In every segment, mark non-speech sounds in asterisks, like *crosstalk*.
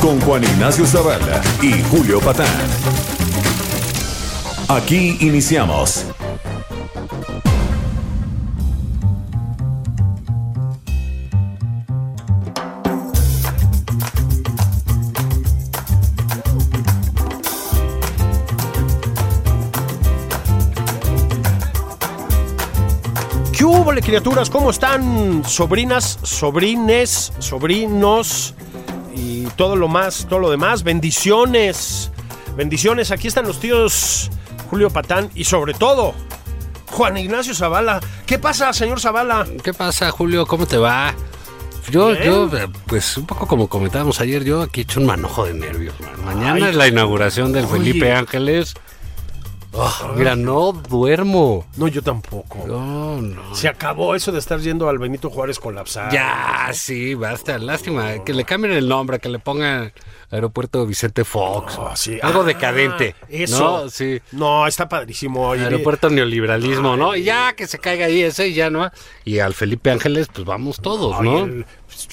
Con Juan Ignacio Zavala y Julio Patán. Aquí iniciamos. ¿Qué hubo, criaturas? ¿Cómo están? Sobrinas, sobrines, sobrinos y todo lo más, todo lo demás. Bendiciones, bendiciones. Aquí están los tíos Julio Patán y sobre todo Juan Ignacio Zavala. ¿Qué pasa, señor Zavala? ¿Qué pasa, Julio? ¿Cómo te va? Yo, Bien. yo, eh, pues un poco como comentábamos ayer, yo aquí he hecho un manojo de nervios. man. Mañana Ay, es la inauguración del Felipe Ángeles. Oh, Ah. mira, no duermo. No, yo tampoco. No, no. Se acabó eso de estar yendo al Benito Juárez colapsar. Ya, Ah. sí, basta. Lástima. Que le cambien el nombre, que le pongan Aeropuerto Vicente Fox. Oh, sí. Algo Ah, decadente. Eso. ¿no? Sí. No, está padrísimo. oye. Aeropuerto neoliberalismo, ¿no? Y ya que se caiga ahí ese y ya no. Y al Felipe Ángeles, pues vamos todos, Oye, ¿no? el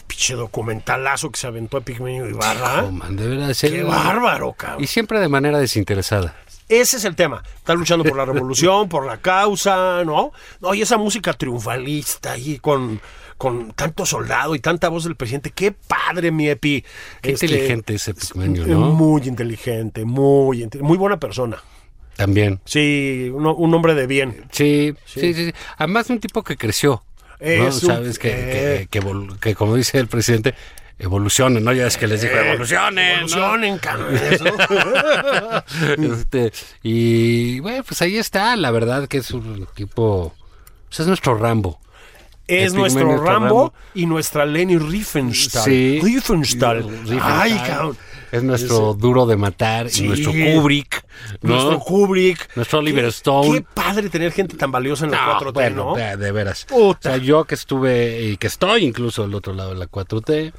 pinche documentalazo que se aventó a Pigmenio Ibarra. Oh, man, de verdad, Qué sí. bárbaro, cabrón. Y siempre de manera desinteresada. Ese es el tema. Está luchando por la revolución, por la causa, ¿no? No, y esa música triunfalista ahí con, con tanto soldado y tanta voz del presidente. Qué padre, mi Epi. Qué Este, inteligente ese Pigmenio, eh, ¿no? Muy inteligente, muy, inte- muy buena persona. También. Sí, uno- un, hombre de bien. Sí, sí, sí, sí. Además, un tipo que creció. Es ¿no? un- eh. Sabes que, que- que evol- que como dice el presidente, evolucionen, ¿no? Ya es que les dijo, Eh, evolucionen. ¿no? Evolucionen, cabrones, ¿no? *laughs* Este, y bueno, pues ahí está, la verdad que es un tipo. pues es nuestro Rambo. es El nuestro pigmento Rambo, Rambo. y nuestra Lenny Riefenstahl. Sí. Riefenstahl. Ay, Riefenstahl. cabrón. Es nuestro duro de matar Sí. y nuestro Kubrick. ¿no? Nuestro Kubrick. Nuestro Oliver Qué- Stone. Ah, Qué padre tener gente tan valiosa en la 4T, bueno, ¿no? de- de veras. Puta. O sea, yo que estuve y que estoy incluso del otro lado de la 4T,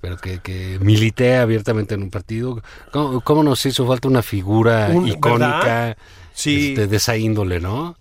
pero que, que milité abiertamente en un partido, ¿cómo, cómo nos hizo falta una figura Un- ¿verdad? icónica Sí. este, de esa índole, ¿no?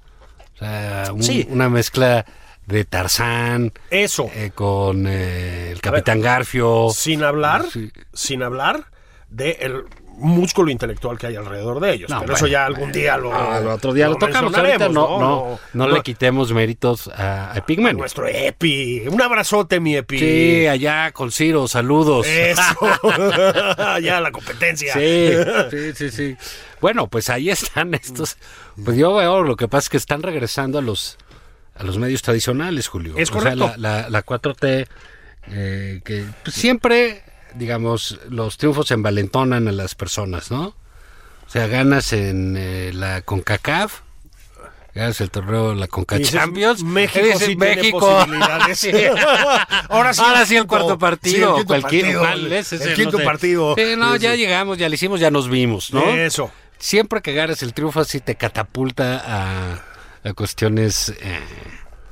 O sea, un- Sí. Oh. una mezcla de Tarzán Eso. eh, con eh, el Capitán Garfio. sin hablar, sí. sin hablar de el músculo intelectual que hay alrededor de ellos. No, Pero bueno, eso ya algún día lo. Ah, el otro día lo, tocamos. Ahorita mencionaremos, no, no, no, le quitemos méritos a, a A Pigmen. Nuestro Epi. Un abrazote, mi Epi. Sí, allá con Ciro, saludos. Eso. *laughs* ya la competencia. Eh, Sí, *laughs* sí, sí, sí. Bueno, pues ahí están estos. Pues yo veo, lo que pasa es que están regresando a los a los medios tradicionales, Julio. Es O sea, correcto. la, la- la 4T, eh, que pues, siempre, digamos, los triunfos envalentonan a las personas, ¿no? O sea, ganas en eh, la CONCACAF. Ganas el torneo de la Dices, CONCACHAMPIONS. México y dices, sí tiene México. posibilidades. *laughs* *laughs* Sí. Ahora sí Ahora el sí el quinto. cuarto Sí, el partido. quinto cualquier partido. mal, ese El es quinto no sé. partido. Sí, no, Sí, ya sí. llegamos, ya le hicimos, ya nos vimos, ¿no? Eso. Siempre que ganas el triunfo así te catapulta a, a cuestiones eh,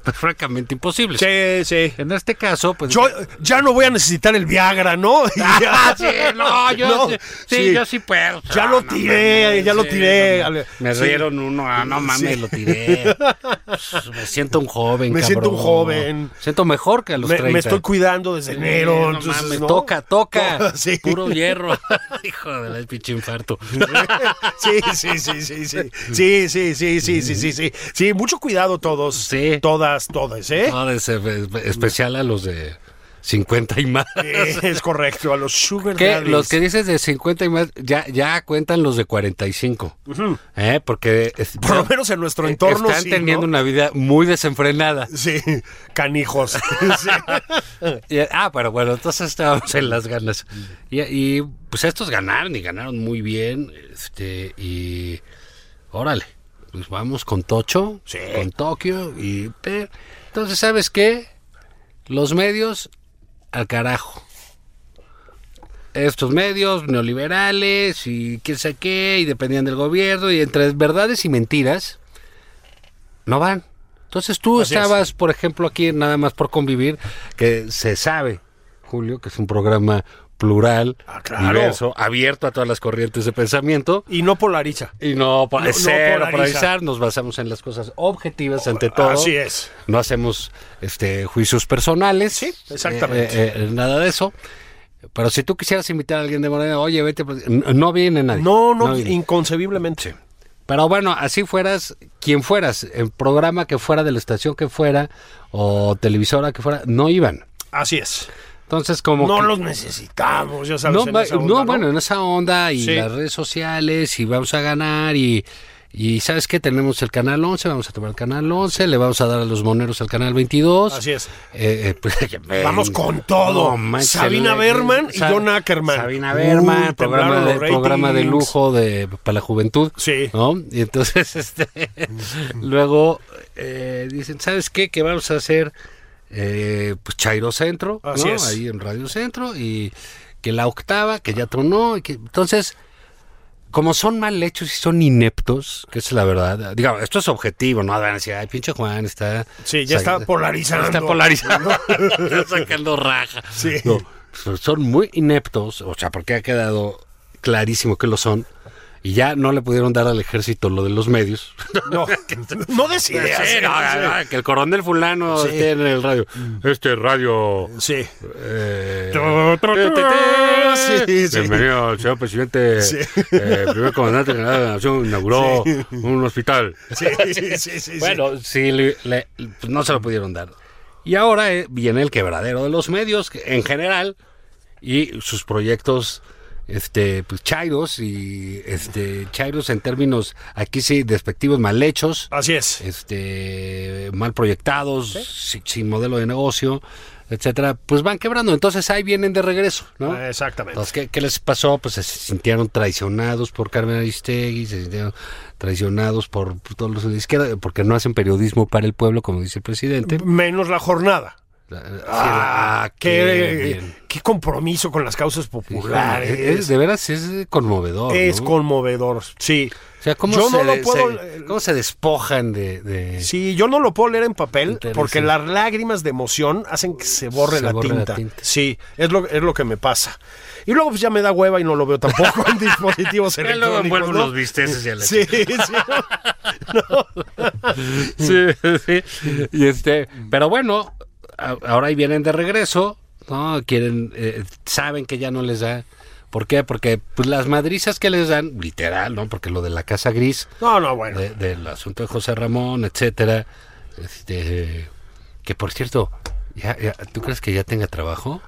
pues, francamente imposibles. Sí, sí. En este caso, pues... Yo *laughs* ya no voy a necesitar el Viagra, ¿no? *laughs* Ah, sí, no, yo, No, sí, sí, sí. yo sí puedo. Ya lo No, tiré, mames, ya lo sí, tiré. no, me- me Sí. dieron uno, ah, no mames, lo *laughs* tiré. Pues, Me siento un joven, Me siento cabrón. un joven. Siento mejor que a los me, 30. me estoy cuidando desde enero. Sí, Eh, no entonces, mames, *laughs* ¿no? Toca, toca. To- sí. Puro hierro. *laughs* Hijo de la *laughs* pinche infarto. Sí, sí, sí, sí, sí. Sí, sí, sí, sí, sí, sí, sí. Sí, mucho cuidado todos. Sí. Ah. Todas, todas, ¿eh? No, es, eh, especial a los de 50 y más. *laughs* Es correcto, a los Sugar Que daddies. los que dices de 50 y más, ya, ya cuentan los de 45. ¿eh? Porque es- Por lo menos en nuestro entorno están sí, ¿no? teniendo una vida muy desenfrenada. Sí, canijos. *laughs* Sí. Y- ah, pero bueno, entonces estábamos en las ganas. Y, y, pues estos ganaron y ganaron muy bien. Este, y órale, pues vamos con Tocho, Sí. con Tokio. Y, pe- entonces, ¿sabes qué? Los medios al carajo. Estos medios neoliberales y quién sabe qué, y dependían del gobierno, y entre verdades y mentiras, no van. Entonces tú Así es. estabas, por ejemplo, aquí en nada más por convivir, que se sabe, Julio, que es un programa plural, Ah, claro. diverso, abierto a todas las corrientes de pensamiento. Y no polariza. *laughs* Y no, para No- no cero polariza. Ah, polarizar, nos basamos en las cosas objetivas ante todo. Así es. No hacemos este juicios personales. Sí, exactamente. Eh, eh, eh, nada de eso. Pero si tú quisieras invitar a alguien de Morena, oye, vete, pues, n- no viene nadie. No, no, viene. inconcebiblemente. Pero bueno, así fueras, quien fueras, el programa que fuera, de la estación que fuera, o televisora que fuera, no iban. Así es. Entonces, como. No que- los necesitamos, ya sabes. no, en va- esa onda, no, ¿no? bueno, en esa onda y Sí. las redes sociales y vamos a ganar y, y ¿sabes qué? Tenemos el canal 11, vamos a tomar el canal 11, le vamos a dar a los moneros al canal 22. Así es. Eh, eh, pues, *laughs* que ven. Vamos con todo. manches, Sabina el- Berman y Sa- John Ackerman. Sabina Uy, temblaron Berman, programa, de, los programa de ratings. lujo de, para la juventud. Sí. ¿no? Y entonces, *laughs* este, luego eh, dicen, ¿sabes qué? Que vamos a hacer eh, pues Chairo Centro, Así ¿no? es. ahí en Radio Centro, y que la octava, que ya tronó, y que, entonces, como son mal hechos y son ineptos, que es la verdad, digamos, esto es objetivo, ¿no? Van a decir, ay, pinche Juan está... Sí, ya está polarizando. Está polarizando, *laughs* está sacando raja. Sí. No, so- son muy ineptos, o sea, porque ha quedado clarísimo que lo son. Y ya no le pudieron dar al ejército lo de los medios. No, no des ideas, *laughs* Sí, ¿eh? no, no, no, que el coronel fulano esté en el radio. Este radio... Sí. eh, Tru, tru, tru. Sí, sí. Bienvenido, señor presidente. Sí. eh, primer comandante general de la Nación inauguró un hospital. Sí, sí, sí, sí. Bueno, sí, le- le- pues no se lo pudieron dar. Y ahora eh, viene el quebradero de los medios que- en general y sus proyectos este pues, chairos y este chairos en términos aquí sí despectivos mal hechos Así es. este mal proyectados sin, sin modelo de negocio etcétera pues van quebrando entonces ahí vienen de regreso no Ah, Exactamente. entonces, ¿qué, qué les pasó? Pues se sintieron traicionados por Carmen Aristegui, se sintieron traicionados por todos los de la izquierda, porque no hacen periodismo para el pueblo, como dice el presidente. Menos la jornada. Ah, Mm. Qué, bien. qué compromiso con las causas populares. Es- es- de veras es conmovedor. ¿no? Es conmovedor, sí. O sea, ¿cómo, Yo se, no lo se- puedo- cómo se despojan de... de- Sí, yo no lo puedo leer en papel Interesante. porque las lágrimas de emoción hacen que se borre, Se la, borre la tinta. tinta. Sí, es lo, es lo que me pasa. Y luego pues, ya me da hueva y no lo veo tampoco en *laughs* dispositivos Ya luego electrónicos. envuelven ¿no? los bisteces y a la Sí, *laughs* sí. *laughs* sí, sí. Y este, pero bueno, a- ahora ahí vienen de regreso, ¿no? Quieren, eh, saben que ya no les da. ¿Por qué? Porque pues, las madrizas que les dan, literal, ¿no? Porque lo de la casa gris, No, no, bueno. de- del asunto de José Ramón, etcétera. Este, que por cierto, ya- ya, ¿tú crees que ya tenga trabajo?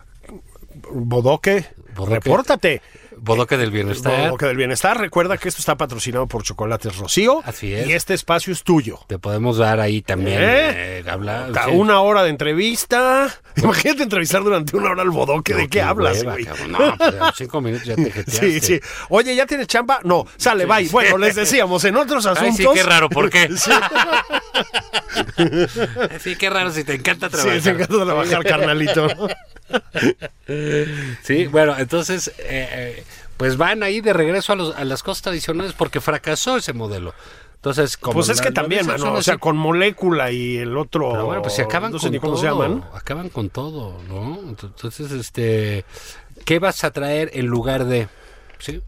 Bodoque, Bodoque. Eh. repórtate. Bodoque del Bienestar. Bodoque del Bienestar. Recuerda que esto está patrocinado por Chocolates Rocío. Así es. Y este espacio es tuyo. Te podemos dar ahí también. ¿Eh? eh, hablar, Ta- sí. Una hora de entrevista. *laughs* Imagínate entrevistar durante una hora al bodoque. ¿De No, qué hablas, hueva, güey? cabrón. No, pues, a los cinco minutos ya te *laughs* Sí, jeteaste. sí. Oye, ¿ya tienes chamba? No, sale, bye. Bueno, les decíamos, en otros Ay, asuntos. sí, qué raro, *laughs* ¿por qué? sí, qué raro, si te encanta Sí, trabajar. te encanta trabajar, carnalito. *laughs* Sí, bueno, entonces, eh, eh, pues van ahí de regreso a, los- a las cosas tradicionales porque fracasó ese modelo. Entonces, como Pues es la- que la también, vez mano, son o sea, así, con molécula y el otro. pero bueno, pues se acaban no sé con ni cómo todo. se llaman. Acaban con todo, ¿no? Entonces, este, ¿qué vas a traer en lugar de...? ¿Sí?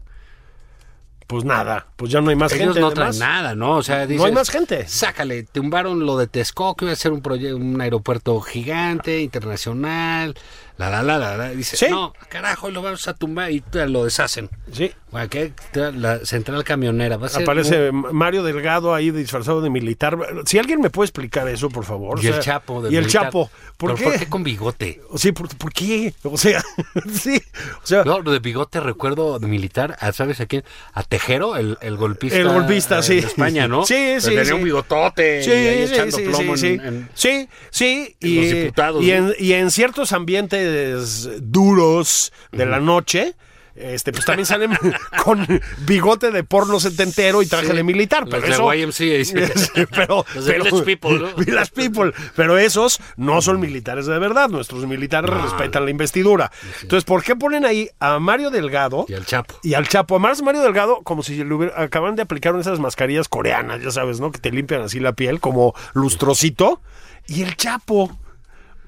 Pues nada, pues ya no hay más Ellos gente. no además. traen nada, ¿no? O sea, dices, hay más gente. Sácale, tumbaron lo de Texcoco, iba a ser un proyecto, un aeropuerto gigante, internacional, la, la, la, la, la, y dice, Sí. no, carajo, y lo vamos a tumbar y te lo deshacen. Sí. Bueno, aquí hay que quitar la central camionera va a ser muy- Aparece Mario Delgado ahí disfrazado de militar. Si alguien me puede explicar eso, por favor. o Y el sea, Chapo. del Y el militar. Chapo. ¿Por ¿Pero qué? ¿Por qué con bigote? O Sí, ¿por, por qué? O sea, *laughs* sí. O sea, No, lo de bigote recuerdo de militar, a, ¿sabes a quién? A Tejero, el, el golpista. El golpista, eh, sí. De España, *laughs* ¿no? Sí, Pero sí, Tenía sí. un bigotote Sí, y ahí sí, echando sí, plomo sí, en- sí. sí, en- sí, en y, los diputados, y ¿no? en, y en ciertos ambientes duros de la noche, este, pues también salen *laughs* con bigote de porno setentero y traje Sí. de militar, Los pero de eso, YMCA, sí. *laughs* Sí, pero, Los de pero- Village People, ¿no? *laughs* Village People, pero esos no son militares de verdad, nuestros militares respetan la investidura. Entonces, ¿por qué ponen ahí a Mario Delgado? Y al Chapo. Y al Chapo, además Mario Delgado, como si le hubiera, acaban de aplicar esas mascarillas coreanas, ya sabes, ¿no? Que te limpian así la piel como lustrocito. Y el Chapo.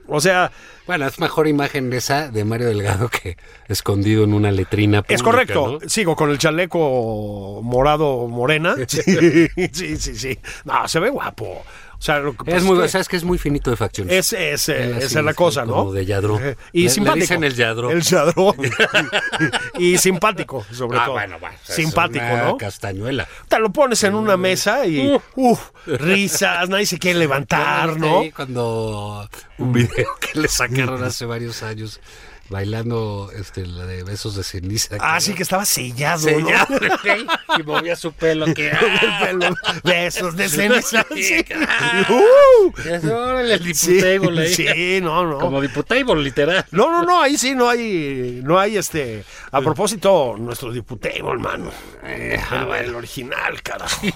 O sea, Bueno, es mejor imagen de esa de Mario Delgado que escondido en una letrina. es pública, correcto. ¿no? Sigo con el chaleco morado *laughs* morena. Sí, sí, sí, sí. No, se ve guapo. O sea, lo que pasa Es muy, que- sabes que es muy finito de facciones. Es, eh, es, Él así, esa es la cosa, ¿no? como de yadro. Eh, Le- Y le simpático. dicen el yadro. El *laughs* yadro. *laughs* y simpático, sobre ah, todo. bueno, bueno, es simpático, una ¿no? Castañuela. Te lo pones en una mesa y Uh. uf, risas, nadie se quiere levantar, ¿no? Ahí cuando Este, un video que le sacaron hace varios años bailando este, la de besos de ceniza. Ah, sí que estaba sellado, ¿no? *laughs* Sellado, güey, y movía su pelo que *laughs* ah, De los Besos de ceniza. Sí, *laughs* Sí, ah. Uh, ya es, órale, el sí, diputable ahí. sí, no, no. Como diputable, literal. No, no, no, ahí sí no hay, no hay este. A propósito, nuestro diputado, hermano. Eh, el, el original, carajo.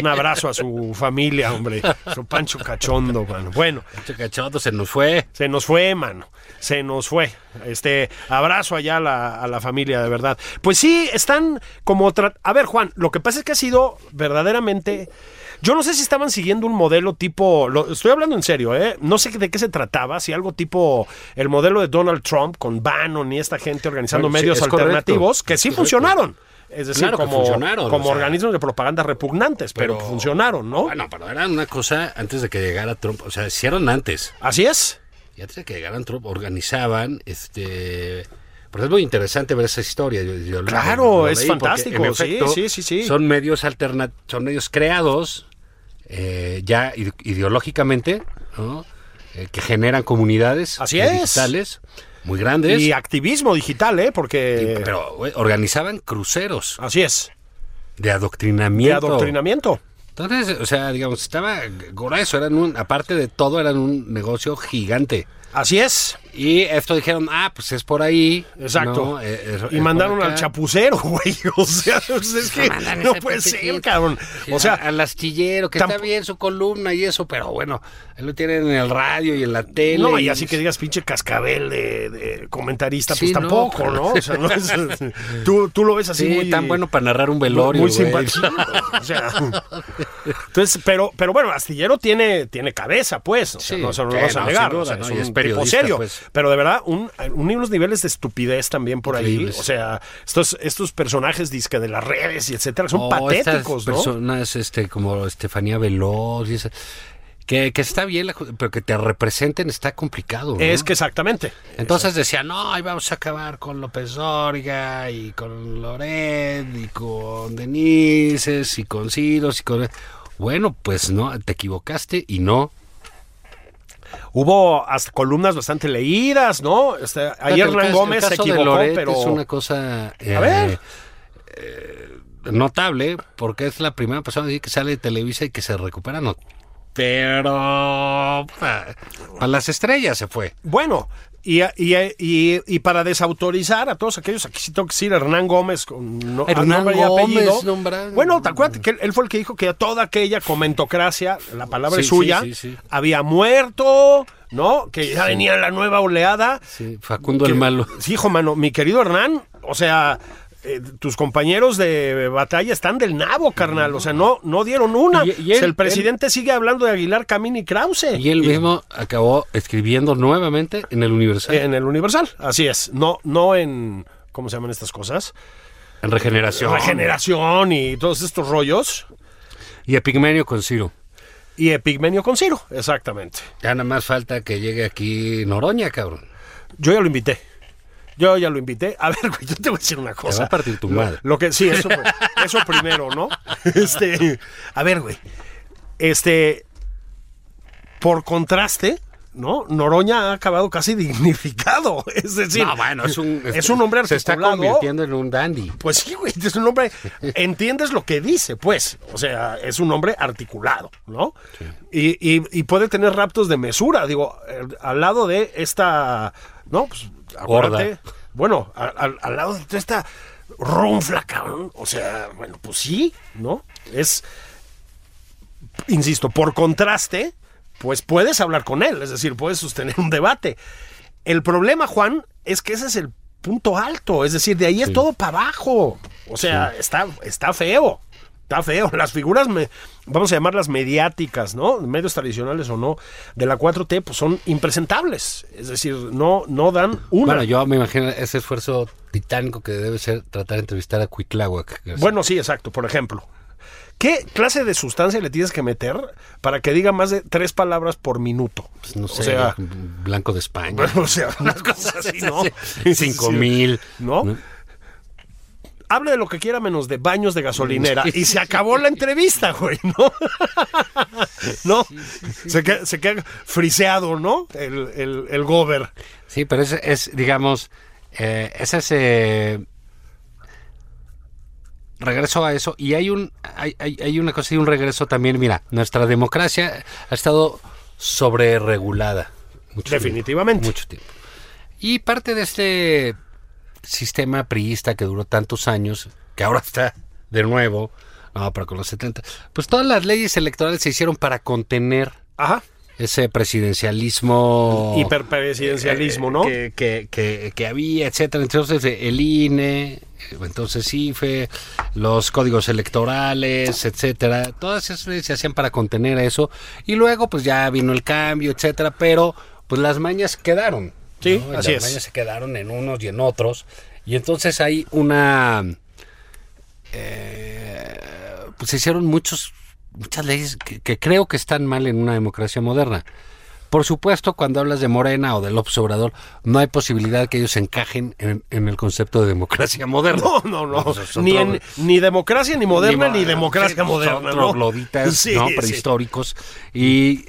Un abrazo a su familia, hombre. Su Pancho Cachondo, mano. Bueno, Este cachondo se nos fue. se nos fue, mano. Se nos fue. Este, abrazo allá a la, a la familia, de verdad. Pues sí, están como. tra- A ver, Juan, lo que pasa es que ha sido verdaderamente. Yo no sé si estaban siguiendo un modelo tipo. lo- estoy hablando en serio, ¿eh? No sé de qué se trataba, si algo tipo el modelo de Donald Trump con Bannon y esta gente organizando Bueno, sí, medios es correcto. alternativos, que sí Es correcto. funcionaron. Es decir, Claro que como, funcionaron, como o sea. organismos de propaganda repugnantes, pero, Pero- funcionaron, ¿no? Bueno, pero era una cosa antes de que llegara Trump. O sea, hicieron antes. Así es. Y antes de que llegaran Trump, organizaban, este... Pero es muy interesante ver esa historia. Yo- yo lo- Claro, lo leí es porque, fantástico, en sí, sí, sí, sí. Son medios alterna son medios creados eh, ya ide- ideológicamente, ¿no? Eh, que generan comunidades Así eh, es. digitales muy grandes. Y activismo digital, ¿eh? Porque. Y- pero güey, organizaban cruceros Así es. de De adoctrinamiento. adoctrinamiento. Entonces, o sea, digamos, estaba grueso, eran un, aparte de todo, eran un negocio gigante. Así es. Y esto dijeron, ah, pues es por ahí. Exacto. ¿no? Eh, es- es y por mandaron acá. al chapucero, *laughs* güey. O *laughs* sea, pues es que Mandan no ese puede ser, pepejito. cabrón. Sí, O a- sea, al astillero, que tampo- está bien su columna y eso, pero bueno, ahí lo tienen en el radio y en la tele. no, y así que digas pinche cascabel de, de comentarista, Sí, pues no, tampoco, cabrón. ¿no? O *laughs* sea, no *laughs* es- tú, tú lo ves así Sí, muy. tan bueno para narrar un velorio. Muy güey. simpático. o sea, *laughs* entonces, pero, pero bueno, Astillero tiene, tiene cabeza, pues. O sea, Sí, no se lo sí, vas a no, negar. sin duda, o sea, ¿no? es Y un es tipo periodista, serio. pues. Pero de verdad, un, un- unos niveles de estupidez también por ahí. Increíbles. O sea, estos, estos personajes disque de las redes y etcétera son O Oh, estas patéticos, ¿no? personas este, como Estefanía Veloz y esa- que, que está bien, la ju- pero que te representen está complicado. ¿no? Es que exactamente. Entonces decía, no, ahí vamos a acabar con López Dóriga y con Loret y con Denises y con Ciros y con... Bueno, pues no, te equivocaste y no. Hubo hasta columnas bastante leídas, ¿no? Este, ahí Fíjate, el Hernán caso- el Gómez se caso de equivocó, Loret pero. Es una cosa... eh, ver. eh, notable, porque es la primera persona que sale de Televisa y que se recupera. No, pero... pa- A las estrellas se fue. Bueno, y, y, y- y para desautorizar a todos aquellos, aquí sí tengo que decir Hernán Gómez con no- Hernán nombre y Gómez, apellido. nombra- Bueno, te acuerdas que él, él fue el que dijo que a toda aquella comentocracia, la palabra Sí, es suya, sí, sí, sí. había muerto, ¿no? Que ya venía la nueva oleada. Sí, Facundo Que- *laughs* el Malo. Sí, hijo, mano, mi querido Hernán, o sea, eh, tus compañeros de batalla están del nabo, carnal. O sea, no, no dieron una. Y- y él- O sea, el presidente sigue hablando de Aguilar, Camín y Krause. Y él mismo acabó escribiendo nuevamente en el Universal, En el Universal, así es. No, no en. ¿Cómo se llaman estas cosas? en Regeneración. Regeneración y todos estos rollos. Y Epigmenio con Ciro. Y Epigmenio con Ciro, exactamente. Ya nada más falta que llegue aquí Noroña, cabrón. Yo ya lo invité. Yo ya lo invité. A ver, güey, yo te voy a decir una cosa. va a partir tu Lo- madre. Lo que, sí, eso, güey. eso primero, *laughs* ¿no? Este, a ver, güey. Este, por contraste, ¿no? Noroña ha acabado casi *laughs* dignificado. Es decir, no, bueno, es un, es un hombre Se está articulado. convirtiendo en un dandy. Pues sí, güey, es un hombre, entiendes lo que dice, pues, o sea, es un hombre articulado, ¿no? Y, y- y puede tener raptos de mesura, digo, eh, al lado de esta, ¿no? Pues, acuérdate, Horda. bueno, al- al, al lado de toda esta ronfla, cabrón, o sea, bueno, pues sí, ¿no? Es, insisto, por contraste, pues puedes hablar con él, es decir, puedes sostener un debate. El problema, Juan, es que ese es el punto alto, es decir, de ahí es todo para abajo. O sea, está, está feo, está feo. Las figuras, me- vamos a llamarlas mediáticas, ¿no? Medios tradicionales o no, de la 4T, pues son impresentables. Es decir, no, no dan una. Bueno, yo me imagino ese esfuerzo titánico que debe ser tratar de entrevistar a Cuitláhuac. García. Bueno, sí, exacto, por ejemplo. ¿Qué clase de sustancia le tienes que meter para que diga más de tres palabras por minuto? Pues no sé, O sea, pues, Blanco de España. Bueno, o sea, *laughs* unas cosas así, ¿no? Cinco mil. ¿No? Hable de lo que quiera menos de baños de gasolinera. Y se acabó la entrevista, güey, *laughs* ¿no? ¿No? Se queda, se queda friseado, ¿no? El, el, el gober. Sí, pero es, es digamos, eh, ese es, eh, regreso a eso. Y hay, un, hay, hay- hay una cosa y un regreso también. Mira, nuestra democracia ha estado sobreregulada. mucho Definitivamente. tiempo, mucho tiempo. Y parte de este sistema priista que duró tantos años, que ahora está de nuevo, no, pero con los 70, pues todas las leyes electorales se hicieron para contener Ajá. ese presidencialismo Hiperpresidencialismo, ¿no? Oh. Eh, que, que- que- que había, etcétera. Entonces, eh, el INE, eh, entonces IFE, los códigos electorales, etcétera. Todas esas leyes se hacían para contener a eso. Y luego, pues ya vino el cambio, etcétera. Pero, pues las mañas quedaron. Sí, ¿no? Y así las es. mañas se quedaron en unos y en otros. Y entonces hay una. eh, pues se hicieron muchos, muchas leyes que, que creo que están mal en una democracia moderna. Por supuesto, cuando hablas de Morena o de López Obrador, no hay posibilidad que ellos encajen en, en el concepto de democracia moderna. No, no, no. Pues es ni, otro- en- ni democracia ni moderna, ni, mo- *laughs* sí, democracia pues, moderna. otros ¿no? *laughs* gloditas, Sí, ¿no? sí. prehistóricos. Y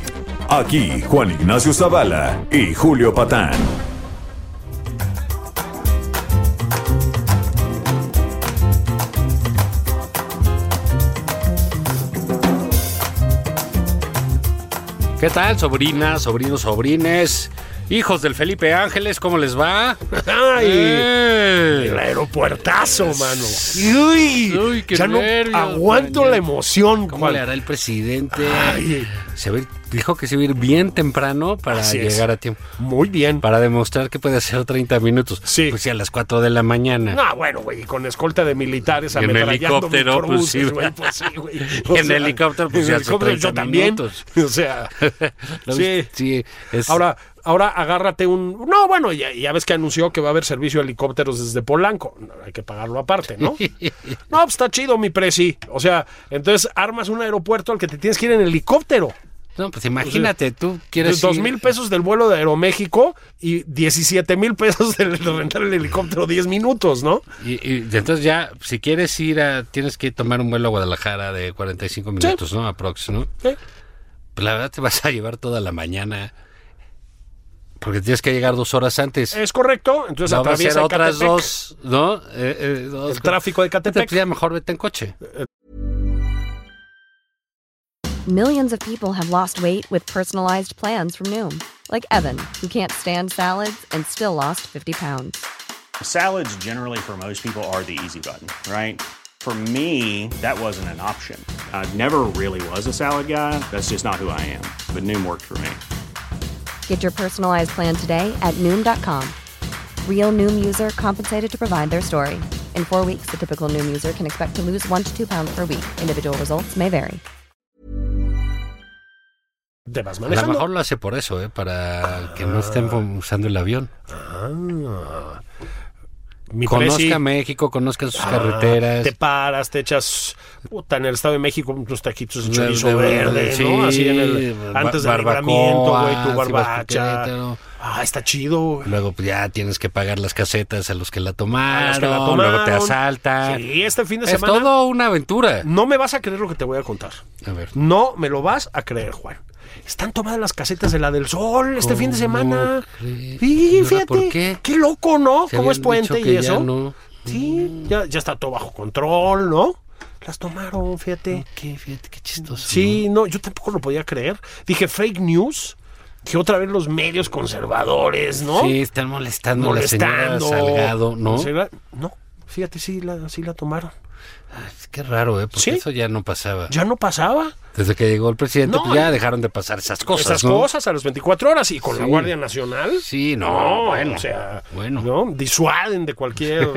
Aquí Juan Ignacio Zavala y Julio Patán. ¿Qué tal, sobrinas, sobrinos, sobrines? Hijos del Felipe Ángeles, ¿cómo les va? Ay, ¡Eh! *laughs* el aeropuertazo, mano. Uy, uy, qué ya no nervios, aguanto Daniel. la emoción, ¿Cómo Juan. le hará el presidente? Ay. Se va a ir- dijo que se iba a ir bien temprano para Así es. llegar a tiempo. Muy bien. Para demostrar que puede hacer 30 minutos. Sí. Pues sí, a las 4 de la mañana. Ah, bueno, güey, y con escolta de militares Y en ametrallando helicóptero, pues, microbuses, sí. güey, pues sí, güey. *laughs* En helicóptero, pues, en ya hace helicóptero yo 30 también. minutos. *laughs* O sea, *laughs* ¿Lo sí. viste? sí es- Ahora, ahora agárrate un. No, bueno, ya, ya ves que anunció que va a haber servicio de helicópteros desde Polanco. No, Hay que pagarlo aparte, *laughs* ¿no? no, pues está chido, mi presi. O sea, entonces armas un aeropuerto al que te tienes que ir en helicóptero. No, pues imagínate, tú quieres. eh, Dos ir- mil pesos del vuelo de Aeroméxico y 17 mil pesos del- de rentar el helicóptero 10 minutos, ¿no? Y, y entonces ya, si quieres ir a. Tienes que tomar un vuelo a Guadalajara de 45 minutos, ¿no? Aprox, ¿no? Sí. Pues la verdad te vas a llevar toda la mañana. Porque tienes que llegar dos horas antes. Es correcto. Entonces No va a ser Eh, pues atraviesa otras Ecatepec. dos, ¿no? Eh, eh, dos- pues, El tráfico de Entonces, Catepec. pues, ya mejor vete en coche. Millions of people have lost weight with personalized plans from Noom, like Evan, who can't stand salads and still lost 50 pounds. Salads, generally, for most people, are the easy button, right? For me, that wasn't an option. I never really was a salad guy. That's just not who I am. But Noom worked for me. Get your personalized plan today at Noom.com. Real Noom user compensated to provide their story. In four weeks, the typical Noom user can expect to lose one to two pounds per week. Individual results may vary. Te vas A lo manejando. mejor lo hace por eso, ¿eh? para que no estén usando el avión. Ah. Mi Prezi, Conozca México, conozca sus carreteras. Ah, Te paras, te echas puta en el Estado de México unos taquitos de De- chorizo de- verde, sí, ¿no? Así en el ba- antes del barbacoa, libramiento, güey, tu si vas por barbacha. Querétaro. Ah, está chido, güey. Luego pues, ya tienes que pagar las casetas a los que la tomaron, A los que la luego te tomaron. asaltan. Sí, este fin de es semana todo una aventura. no me vas a creer lo que te voy a contar. A ver. No me lo vas a creer, Juan. Están tomadas las casetas de la del sol este fin de semana. crees? ¿Y Sí, ahora fíjate. por qué? loco, ¿no? Se ¿Cómo es habían dicho puente que y ya eso? no. Sí, ya, ya está todo bajo control, ¿no? Las tomaron, fíjate. Qué, fíjate, qué chistoso. Sí, no, yo tampoco lo podía creer. Dije fake news, que otra vez los medios conservadores, ¿no? Sí, están molestando, a la molestando. señora Salgado, ¿no? Señora- No, fíjate, sí la, sí la tomaron. Es que raro, ¿eh? Porque Sí. eso ya no pasaba. Ya no pasaba. Desde que llegó el presidente, No, pues ya dejaron de pasar esas cosas, Esas ¿no? cosas a las 24 horas y con la Sí. Guardia Nacional. Sí, no, No, bueno. o sea, bueno. ¿no? disuaden de *laughs* cualquier.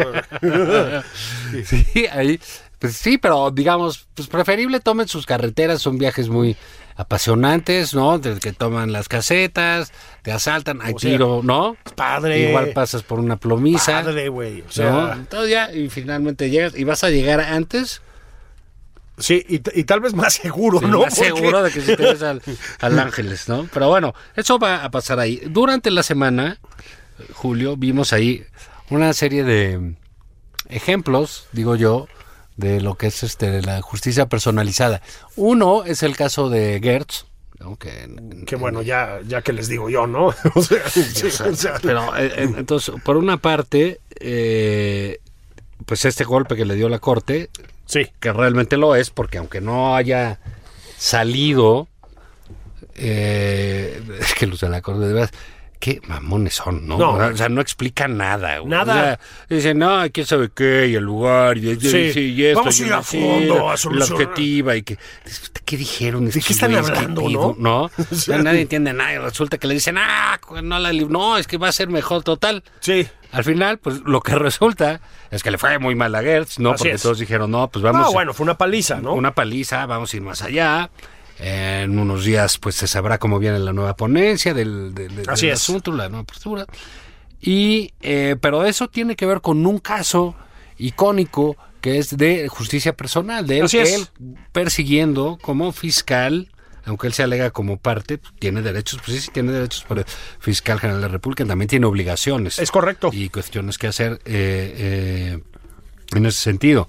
Sí, ahí, pues sí, pero digamos, pues preferible tomen sus carreteras, son viajes muy apasionantes, ¿no? Desde que toman las casetas, te asaltan, hay O sea, tiro, ¿no? padre. Igual pasas por una plomiza, Padre, güey. O ¿no? sea, Entonces ya, y finalmente llegas, y vas a llegar antes, sí, y, t- y tal vez más *laughs* seguro, sí, ¿no? más Porque- seguro de que si te ves al, al Ángeles, ¿no? Pero bueno, eso va a pasar ahí. Durante la semana, Julio, vimos ahí una serie de ejemplos, digo yo, de lo que es este la justicia personalizada. Uno es el caso de Gertz, ¿no? que, Que bueno, ya, ya que les digo yo, ¿no? *laughs* O sea, sí, o sea, pero eh, eh, entonces, por una parte, eh, pues este golpe que le dio la corte, sí. que realmente lo es, porque aunque no haya salido, eh, *laughs* es que Luz de la Corte, de verdad, qué mamones son, ¿no? No. O sea, no explica nada. güey. Nada. O sea, dicen, no, quién sabe qué, y el lugar, y, y- Sí. y- y esto, Vamos y a ir a la- fondo a La solucionar. objetiva, y que, dices, ¿qué dijeron? qué estos están güeyes? hablando, pedo? no? *laughs* O sea, nadie entiende nada, y resulta que le dicen, ah, no, la, li- no, es que va a ser mejor total. Sí. Al final, pues lo que *laughs* resulta es que le fue muy mal a Gertz, ¿no? Así Porque es. todos dijeron, no, pues vamos No, a- Ah, bueno, fue una paliza, ¿no? una paliza, vamos a ir más allá. En unos días, pues se sabrá cómo viene la nueva ponencia del, del- del- Así del es. asunto, la nueva postura. Y, eh, pero eso tiene que ver con un caso icónico que es de justicia personal, de él, Así es. él persiguiendo como fiscal, aunque él se alega como parte, tiene derechos, pues sí, sí tiene derechos, pero fiscal general de la República también tiene obligaciones Es correcto. y cuestiones que hacer eh, eh, en ese sentido.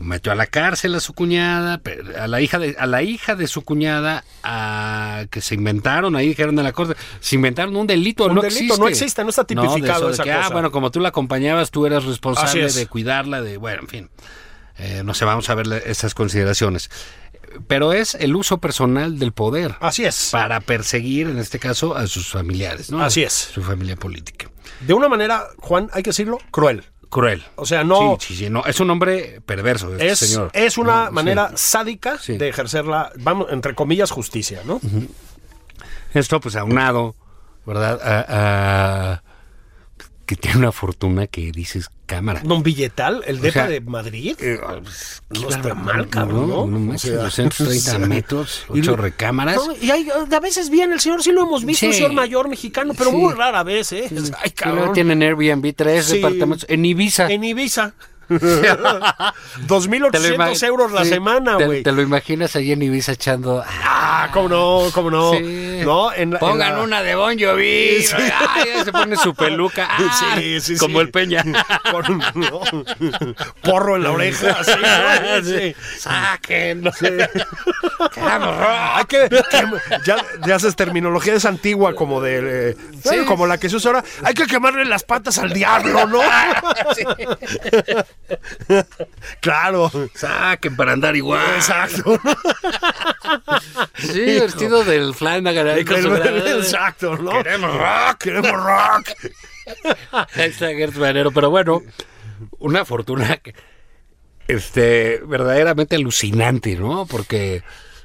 Metió a la cárcel a su cuñada, pe- a la hija de, a la hija de su cuñada, a, que se inventaron, ahí dijeron de la corte, se inventaron un delito, Un no delito, existe. no existe, no está de eso, tipificado de esa que, Ah, cosa. bueno, como tú la acompañabas, tú eras Así responsable es. de cuidarla, de, bueno, en fin. Eh, no sé, vamos a ver la- esas consideraciones. Pero es el uso personal del poder Así es. para perseguir, en este caso, a sus familiares, ¿no? Así es. Su familia política. De una manera, Juan, hay que decirlo, cruel. Cruel. O sea, no. Sí, sí, sí, no. Es un hombre perverso, este es, señor. es una No, sí. manera sádica Sí. de ejercer la, vamos, entre comillas, justicia, ¿no? Esto, pues, aunado, ¿verdad? A, a- que tiene una fortuna que dices cámara. Don Billetal, el DEPA sea, de Madrid. Eh, pues, qué No está barbaridad, mal, cabrón, ¿no? No manches, O sea, *laughs* 230 o sea, metros, y 8 lo- recámaras. No, Ah, y hay- a veces bien, el señor sí lo hemos visto, Sí. un señor mayor mexicano, pero Sí. muy rara vez, ¿eh? Ay, Y luego cabrón. tienen Airbnb, tres Sí. departamentos. En Ibiza. En *laughs* Ibiza. Te lo 2.800 imag- euros la sí, semana, te- güey. Te lo imaginas ahí en Ibiza echando. ah, Ah, cómo no, cómo no. Sí. ¿No? En la- en Pongan la- una de Bon *laughs* Jovi. Sí. Ay, se pone su peluca. Ah, *laughs* Sí, sí, sí. como el Peña. Con- no. Porro en la oreja. sí, ¿no? *laughs* Sí. Sáquenlo. Vamos, Hay rock. que, que- ya, ya haces terminología es antigua como de eh, bueno, como la que se usa ahora. Hay que quemarle las patas al diablo, ¿no? Claro. Saquen para andar igual. Exacto. Sí, vestido del Flanagan. ahí con su *laughs* gran- Exacto, ¿no? Queremos rock, queremos rock. Ahí está Gertz Manero, pero bueno, una fortuna que- este, verdaderamente alucinante, ¿no? Porque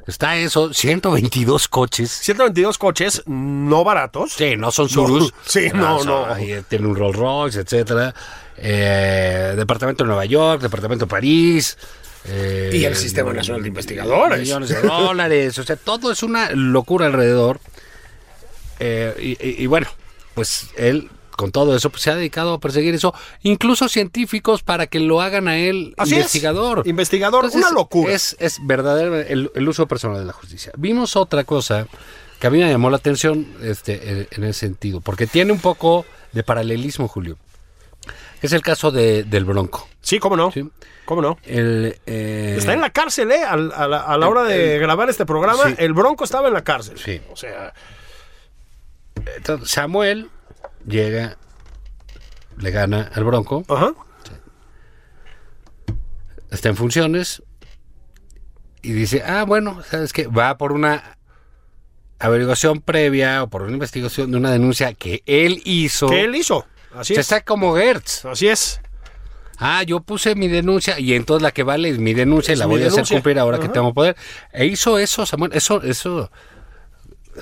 está eso, 122 coches. 122 coches no baratos. Sí, no son surus. No, sí, no, son- no. ahí Tiene un Rolls Royce, etcétera. Eh, departamento de Nueva York, departamento de París. eh, Y el Sistema Nacional de Investigadores. Millones de dólares. O sea, todo es una locura alrededor. Eh, y, y- y bueno, pues él con todo eso pues, se ha dedicado a perseguir eso, incluso científicos para que lo hagan a él Así es. investigador. Investigador, una locura. Es, es verdadero el, el uso personal de la justicia. Vimos otra cosa que a mí me llamó la atención este, en, en ese sentido, porque tiene un poco de paralelismo, Julio. Es el caso de- del Bronco. Sí, cómo no. Sí. ¿Cómo no? El, eh, Está en la cárcel, ¿eh? Al- a, la, a la hora de grabar este programa, sí. el Bronco estaba en la cárcel. Sí. O sea, Entonces, Samuel llega, le gana al Bronco, ajá. está en funciones y dice, ah, bueno, ¿sabes qué? Va por una averiguación previa o por una investigación de una denuncia que él hizo. ¿Qué él hizo? Así Se es. está como Gertz. Así es. Ah, yo puse mi denuncia y entonces la que vale es mi denuncia y Es la mi voy a hacer denuncia. cumplir ahora que Ajá. tengo poder. E hizo eso, Samuel. Eso, eso.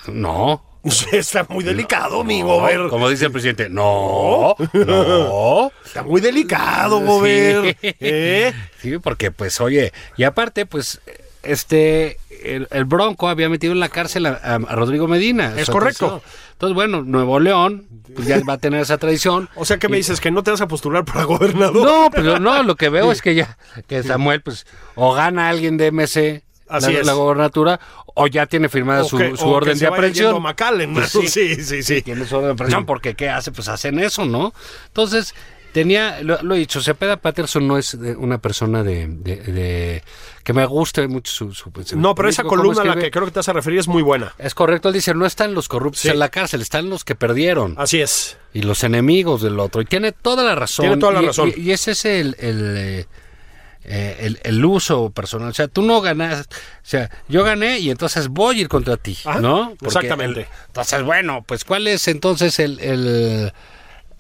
No. *laughs* Está muy delicado, mi No, Gober. Como dice el presidente, no, no. Está muy delicado, *laughs* Gober. ¿Eh? Sí, porque pues oye, y aparte pues este el, el Bronco había metido en la cárcel a, a- a Rodrigo Medina. Es su correcto. antecesor. Entonces, bueno, Nuevo León pues ya va a tener esa tradición. O sea, ¿qué me dices? ¿Que no te vas a postular para gobernador? No, pero no, lo que veo es que ya que Samuel pues o gana alguien de MC Así la, es. la gobernatura o ya tiene firmada O su, que- su o que orden se de vaya yendo a aprehensión. McAllen, Pues ¿no? sí. sí, sí, sí. tiene su orden de aprehensión, porque ¿qué hace? Pues hacen eso, ¿no? Entonces, tenía, lo, lo he dicho, Cepeda Patterson no es de- una persona de, de- de- que me guste mucho su, su pensamiento No, pero esa político, columna a cómo la que escribe. creo que te vas a referir es muy buena. Es correcto, él dice, no están los corruptos Sí. en la cárcel, están los que perdieron Así es. y los enemigos del otro. Y tiene toda la razón. Tiene toda la Y- razón. Y, y ese es el, el, eh, eh, el- el uso personal. O sea, tú no ganas. O sea, yo gané y entonces voy a ir contra ti. Ajá, ¿No? Porque exactamente. el- entonces, bueno, pues ¿cuál es entonces el... el,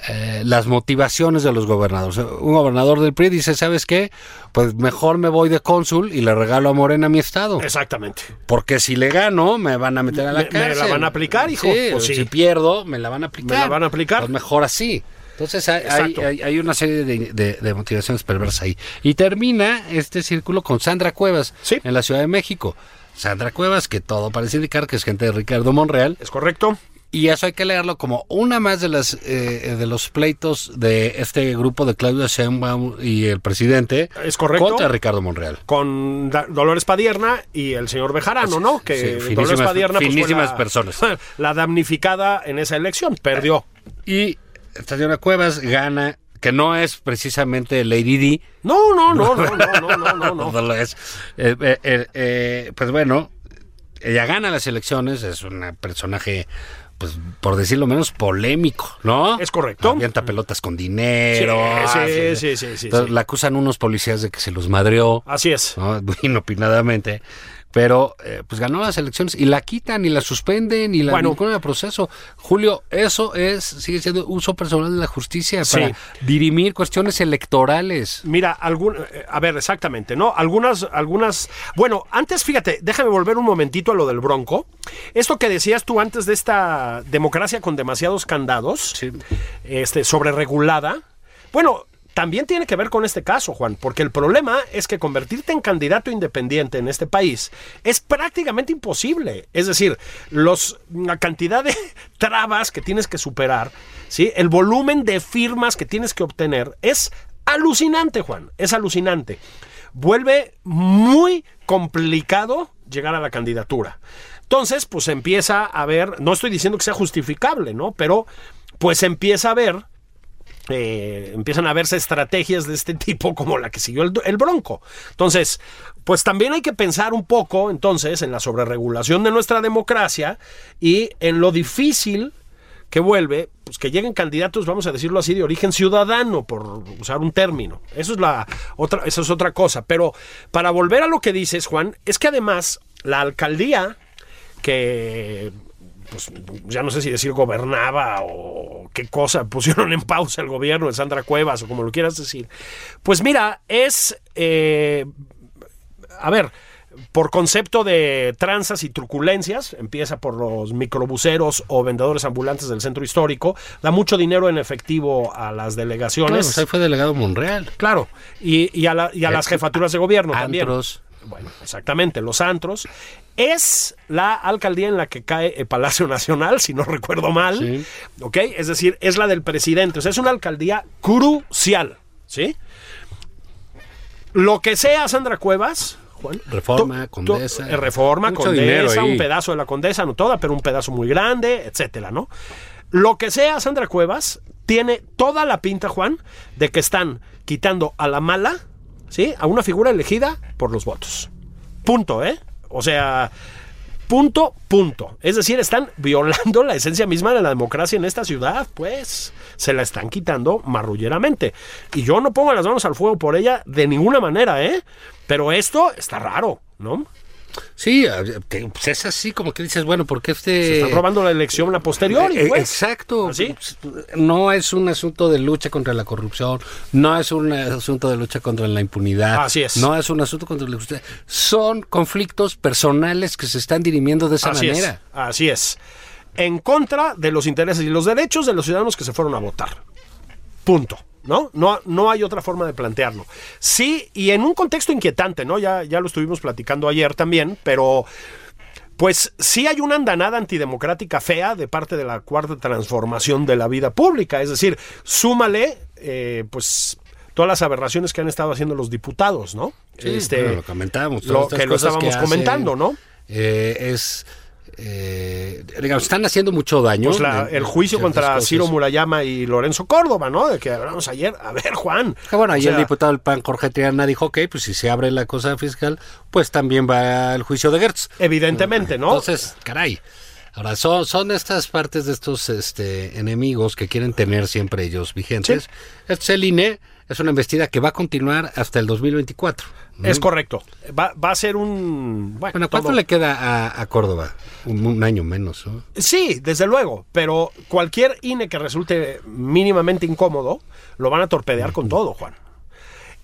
eh, las motivaciones de los gobernadores. Un gobernador del PRI dice, ¿sabes qué? Pues mejor me voy de cónsul y le regalo a Morena mi estado. Exactamente. Porque si le gano, me van a meter a la Me- me la cárcel. van a aplicar, hijo. Sí, Pues sí. Si pierdo, me la van a aplicar. Me la van a aplicar. Pues mejor así. Entonces hay, hay, Exacto. hay- hay una serie de, de- de motivaciones perversas ahí. Y termina este círculo con Sandra Cuevas Sí. en la Ciudad de México. Sandra Cuevas, que todo parece indicar que es gente de Ricardo Monreal. ¿Es correcto? Y eso hay que leerlo como una más de las eh, de los pleitos de este grupo de Claudio Sheinbaum y el presidente Es correcto. contra Ricardo Monreal. Con Da- Dolores Padierna y el señor Bejarano, ¿no? Que Sí, Dolores finísimas- Padierna pues, fue finísimas la- personas. *laughs* La damnificada en esa elección. *laughs* Perdió. Y esta señora Cuevas gana, que no es precisamente Lady D. No, no, no, no, no, no, no, *laughs* no. lo es. Eh, eh, eh, eh, pues bueno, ella gana las elecciones, es un personaje, pues por decirlo menos, polémico, ¿no? Es correcto. Mm. Avienta pelotas con dinero. Sí, sí, hace- sí, sí, sí, Entonces, sí. La acusan unos policías de que se los madreó, Así es. ¿no? *laughs* Muy inopinadamente. Pero eh, pues ganó las elecciones y la quitan y la suspenden y la Bueno. vinculan al proceso. Julio, eso es sigue siendo uso personal de la justicia para Sí. dirimir cuestiones electorales. Mira, algún, eh, a ver, exactamente, ¿no? Algunas, algunas. Bueno, antes, fíjate, déjame volver un momentito a lo del Bronco. Esto que decías tú antes de esta democracia con demasiados candados, Sí. este, sobreregulada. Bueno, también tiene que ver con este caso, Juan, porque el problema es que convertirte en candidato independiente en este país es prácticamente imposible. Es decir, los, la cantidad de *laughs* trabas que tienes que superar, ¿sí? el volumen de firmas que tienes que obtener es alucinante, Juan, es alucinante. Vuelve muy complicado llegar a la candidatura. Entonces, pues empieza a ver, no estoy diciendo que sea justificable, ¿no? Pero pues empieza a ver eh, empiezan a verse estrategias de este *laughs* tipo como la que siguió el, el Bronco. Entonces, pues también hay que pensar un poco entonces en la sobreregulación de nuestra democracia y en lo difícil que vuelve, pues que lleguen candidatos, vamos a decirlo así, de origen ciudadano, por usar un término. Eso es la otra, eso es otra cosa. Pero para volver a lo que dices, Juan, es que además la alcaldía que pues ya no sé si decir gobernaba o qué cosa, *laughs* pusieron en pausa el gobierno de Sandra Cuevas o como lo quieras decir. Pues mira, es, eh, a ver, por concepto de tranzas y truculencias, empieza por los microbuseros o vendedores ambulantes del centro histórico, da mucho dinero en efectivo a las Claro, delegaciones. pues ahí fue delegado Monreal. Claro, y, y a, la- y a las jefaturas de gobierno también. Eh, Antros. Bueno, exactamente, los antros. Es la alcaldía en la que cae el Palacio *laughs* Nacional, si no recuerdo mal. Sí. ¿Ok? Es decir, es la del presidente. O sea, es una alcaldía crucial. ¿Sí? Lo que sea Sandra Cuevas, Juan. Reforma, to- to- Condesa. eh, Reforma, Mucho dinero Condesa, ahí. un pedazo de la Condesa, no toda, pero un pedazo muy grande, etcétera, ¿no? Lo que sea Sandra Cuevas, tiene toda la pinta, Juan, de que están quitando a la mala, ¿sí? A una figura elegida por los votos. Punto, ¿eh? O sea, punto, punto. Es decir, están violando la esencia misma de la democracia en esta ciudad, pues se la están quitando marrulleramente. Y yo no pongo las manos al fuego por ella de ninguna manera, ¿eh? Pero esto está raro, ¿no? Sí, a- te- pues es así como que dices, bueno, porque este... Se están robando la elección a posteriori, Eh, eh, pues. Exacto. ¿Así? No es un asunto de lucha contra la corrupción, no es un asunto de lucha contra la impunidad. Así es. No es un asunto contra la justicia. Son conflictos personales que se están dirimiendo de esa Así es, manera. así es. En contra de los intereses y los derechos de los ciudadanos que se fueron a votar. Punto. ¿No? No, no hay otra forma de plantearlo. Sí, y en un contexto inquietante, ¿no? Ya, ya lo estuvimos platicando ayer también, pero pues sí hay una andanada antidemocrática fea de parte de la cuarta transformación de la vida pública. Es decir, súmale, eh, pues, todas las aberraciones que han estado haciendo los diputados, ¿no? Este, bueno, lo comentábamos. todas Lo estas que lo cosas estábamos hacen, comentando, ¿no? eh, es. eh, digamos, están haciendo mucho daño. Pues la- en- el juicio en ciertas contra cosas. Ciro Murayama y Lorenzo Córdoba, ¿no? De que hablamos ayer. A ver, Juan. Que bueno, ahí o sea, el diputado del PAN, Jorge Triana, dijo, ok, pues si se abre la cosa fiscal, pues también va el juicio de Gertz. Evidentemente, ¿no? Entonces, caray. Ahora, son, son estas partes de estos este, enemigos que quieren tener siempre ellos vigentes. Este es el INE, es una embestida que va a continuar hasta el 2024. es correcto. Va, va a ser un. Bueno, Bueno, ¿cuánto todo- le queda a, a Córdoba? Un, un año menos, ¿no? Sí, desde luego. Pero cualquier INE que resulte mínimamente incómodo, lo van a torpedear con todo, Juan.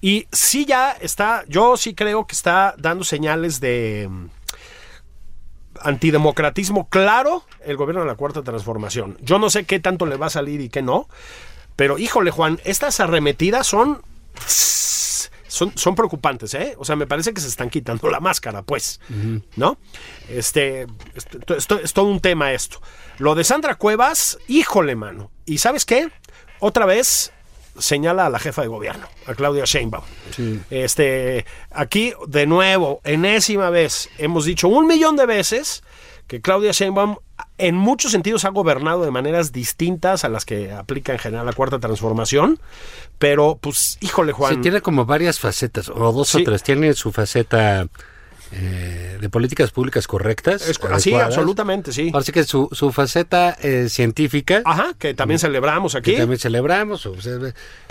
Y sí ya está, yo sí creo que está dando señales de mm, antidemocratismo claro el gobierno de la Cuarta Transformación. Yo no sé qué tanto le va a salir y qué no, pero híjole Juan, estas arremetidas son... Son, son preocupantes, ¿eh? O sea, me parece que se están quitando la máscara, pues, ¿no? Este, esto- esto- esto- es todo un tema esto. Lo de Sandra Cuevas, híjole, mano. ¿Y sabes qué? Otra vez señala a la jefa de gobierno, a Claudia Sheinbaum. Este, aquí, de nuevo, enésima vez, hemos dicho un millón de veces que Claudia Sheinbaum en muchos sentidos ha gobernado de maneras distintas a las que aplica en general la Cuarta Transformación, pero pues, híjole Juan, Sí, tiene como varias facetas, o dos Sí. o tres. Tiene su faceta eh, de políticas públicas correctas. es- así adecuadas. absolutamente, sí. Ahora sí que su, su faceta eh, científica. Ajá, que también celebramos aquí. que también celebramos. o sea,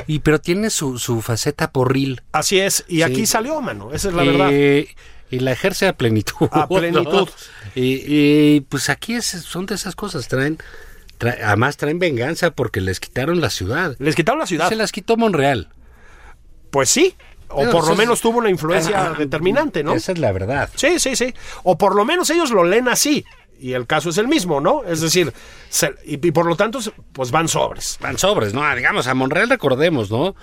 y, pero tiene su, su faceta porril. Así es, y aquí salió, mano, esa es la verdad. Eh, y la ejerce a plenitud. A plenitud. *laughs* ¿no? Y, y, pues aquí es, son de esas cosas. Traen, tra- además traen venganza porque les quitaron la ciudad. Les quitaron la ciudad. Se las quitó Monreal. Pues sí, o Pero por eso lo es- menos tuvo una influencia Ah, determinante, ¿no? Esa es la verdad. Sí, sí, sí. O por lo menos ellos lo leen así. Y el caso es el mismo, ¿no? Es decir, se- y, y por lo tanto, se- pues van sobres. Van sobres, ¿no? Digamos, a Monreal recordemos, ¿no?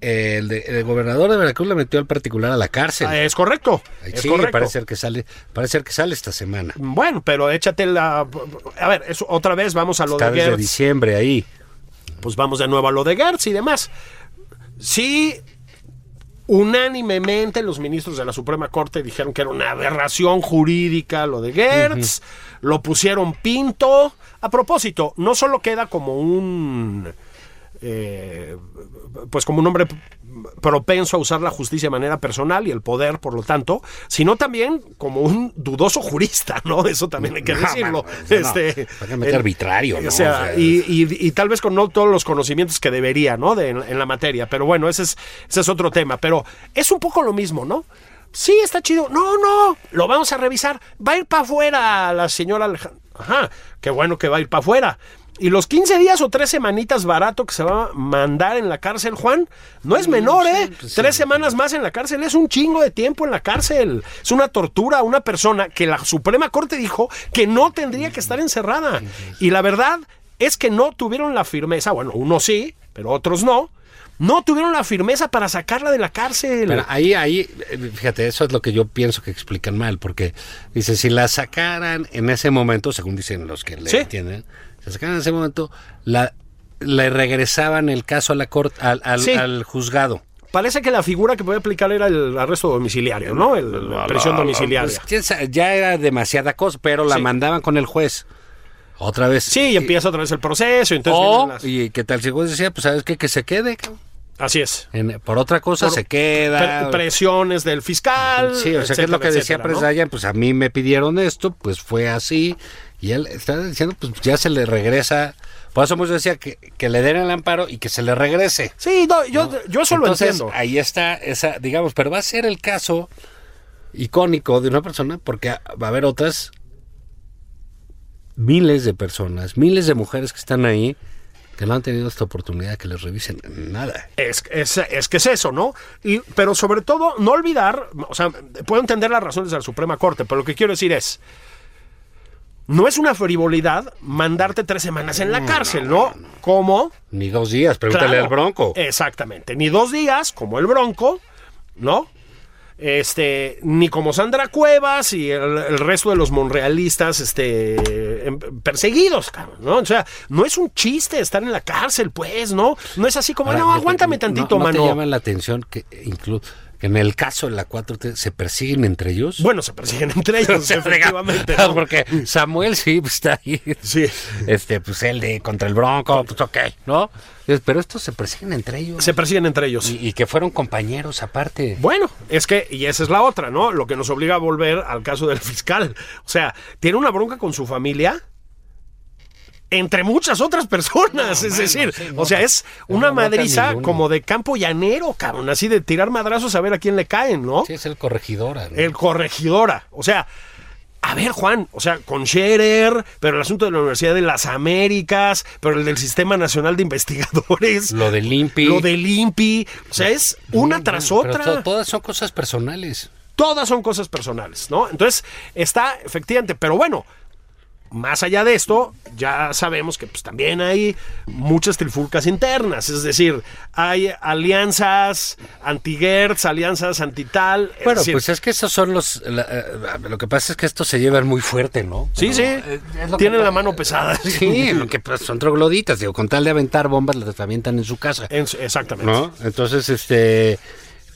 El, de- el gobernador de Veracruz le metió al particular a la cárcel. Ah, Es correcto. Es sí, correcto. parece ser que sale, parece ser que sale esta semana. Bueno, pero échate la. A ver, eso, otra vez vamos a lo Está de desde Gertz. diciembre ahí. Pues vamos de nuevo a lo de Gertz y demás. Sí, unánimemente los ministros de la Suprema Corte dijeron que era una aberración jurídica lo de Gertz, lo pusieron pinto. A propósito, no solo queda como un eh, pues como un hombre propenso a usar la justicia de manera personal y el poder, por lo tanto, sino también como un dudoso jurista, ¿no? Eso también hay que No, decirlo. mano, eso no. Este, Francamente arbitrario, ¿no? o sea, O sea, y, y- y tal vez con no todos los conocimientos que debería, ¿no? De- en, en la materia. Pero bueno, ese es, ese es otro tema. Pero es un poco lo mismo, ¿no? Sí, está chido. No, no, lo vamos a revisar. Va a ir para afuera la señora Alejandra. Ajá, qué bueno que va a ir para afuera. Y los 15 días o tres semanitas barato que se va a mandar en la cárcel, Juan, no es menor, ¿eh? Tres semanas más en la cárcel es un chingo de tiempo en la cárcel. Es una tortura a una persona que la Suprema Corte dijo que no tendría que estar encerrada. Y la verdad es que no tuvieron la firmeza, bueno, unos sí, pero otros no. No tuvieron la firmeza para sacarla de la cárcel. Pero ahí, ahí, eh, fíjate, eso es lo que yo pienso que explican mal, porque dice, si la sacaran en ese momento, según dicen los que le Sí. entienden, si la sacaran en ese momento, la, le regresaban el caso a la corte, al, al- Sí. al juzgado. Parece que la figura que podía aplicar era el arresto domiciliario, ¿no? El, la prisión domiciliaria. Pues, quién sabe, ya era demasiada cosa, pero la Sí. mandaban con el juez. Otra vez. Sí, y empieza otra vez el proceso. Entonces o, vienen las- y qué tal si el juez decía, pues sabes qué, que se quede. cabrón. Así es. En- por otra cosa Por- se queda. Pre- presiones del fiscal. Sí, o sea, que es lo etcétera, que decía etcétera, Press ¿no? Dayan, pues a mí me pidieron esto, pues fue así, y él está diciendo, pues ya se le regresa, por eso muchos decía que, que le den el amparo y que se le regrese. Sí, no, yo, yo eso Entonces, lo entiendo. ahí está esa, digamos, pero va a ser el caso icónico de una persona, porque va a haber otras miles de personas, miles de mujeres que están ahí, que no han tenido esta oportunidad que les revisen nada. Es, es- es que es eso, ¿no? Y, pero sobre todo, no olvidar, o sea, puedo entender las razones de la Suprema Corte, pero lo que quiero decir es, no es una frivolidad mandarte tres semanas en la cárcel, ¿no? Como... Ni dos días, pregúntale Claro, al bronco. Exactamente. Ni dos días, como el Bronco, ¿no? Este, ni como Sandra Cuevas y el, el resto de los monrealistas este, em- perseguidos, cabrón, ¿no? O sea, no es un chiste estar en la cárcel, pues, ¿no? No es así como, Ahora, no, fíjate, aguántame tantito, no, no te mano. llama la atención que incluso que en el caso de la 4T se persiguen entre ellos. Bueno, se persiguen *laughs* entre O ellos, sea, *laughs* efectivamente. fregado, ¿no? Ah, Porque Samuel sí pues, está ahí. Sí. Este, pues él de contra el Bronco, pues ok, ¿no? Dices, Pero estos se persiguen entre ellos. Se persiguen entre ellos. y, y que fueron compañeros aparte. Bueno, es que, y esa es la otra, ¿no? Lo que nos obliga a volver al caso del fiscal. O sea, tiene una bronca con su familia. Entre muchas otras personas, es decir, sí, o no, sea, es no una bronca madriza ninguna. como de campo llanero, cabrón, así de tirar madrazos a ver a quién le caen, ¿no? Sí, es el corregidora. ¿no? El corregidora, o sea, a ver, Juan, o sea, con Scherer, pero el asunto de la Universidad de las Américas, pero el del Sistema Nacional de Investigadores, Lo del Impi. lo del INPI, o sea, es una tras Pero otra. to- todas son cosas personales. Todas son cosas personales, ¿no? Entonces, está efectivamente, pero bueno, más allá de esto, ya sabemos que pues, también hay muchas trifulcas internas, es decir, hay alianzas anti-Gertz, alianzas anti-tal. es Bueno, decir, pues es que esos son los. la- eh, lo que pasa es que estos se llevan muy fuerte, ¿no? Sí, sí, eh, es lo que tienen pa- la mano pesada. *laughs* Sí, lo que pasa, son trogloditas, digo, con tal de aventar bombas las avientan en su casa, *laughs* En- exactamente. ¿no? Entonces, este,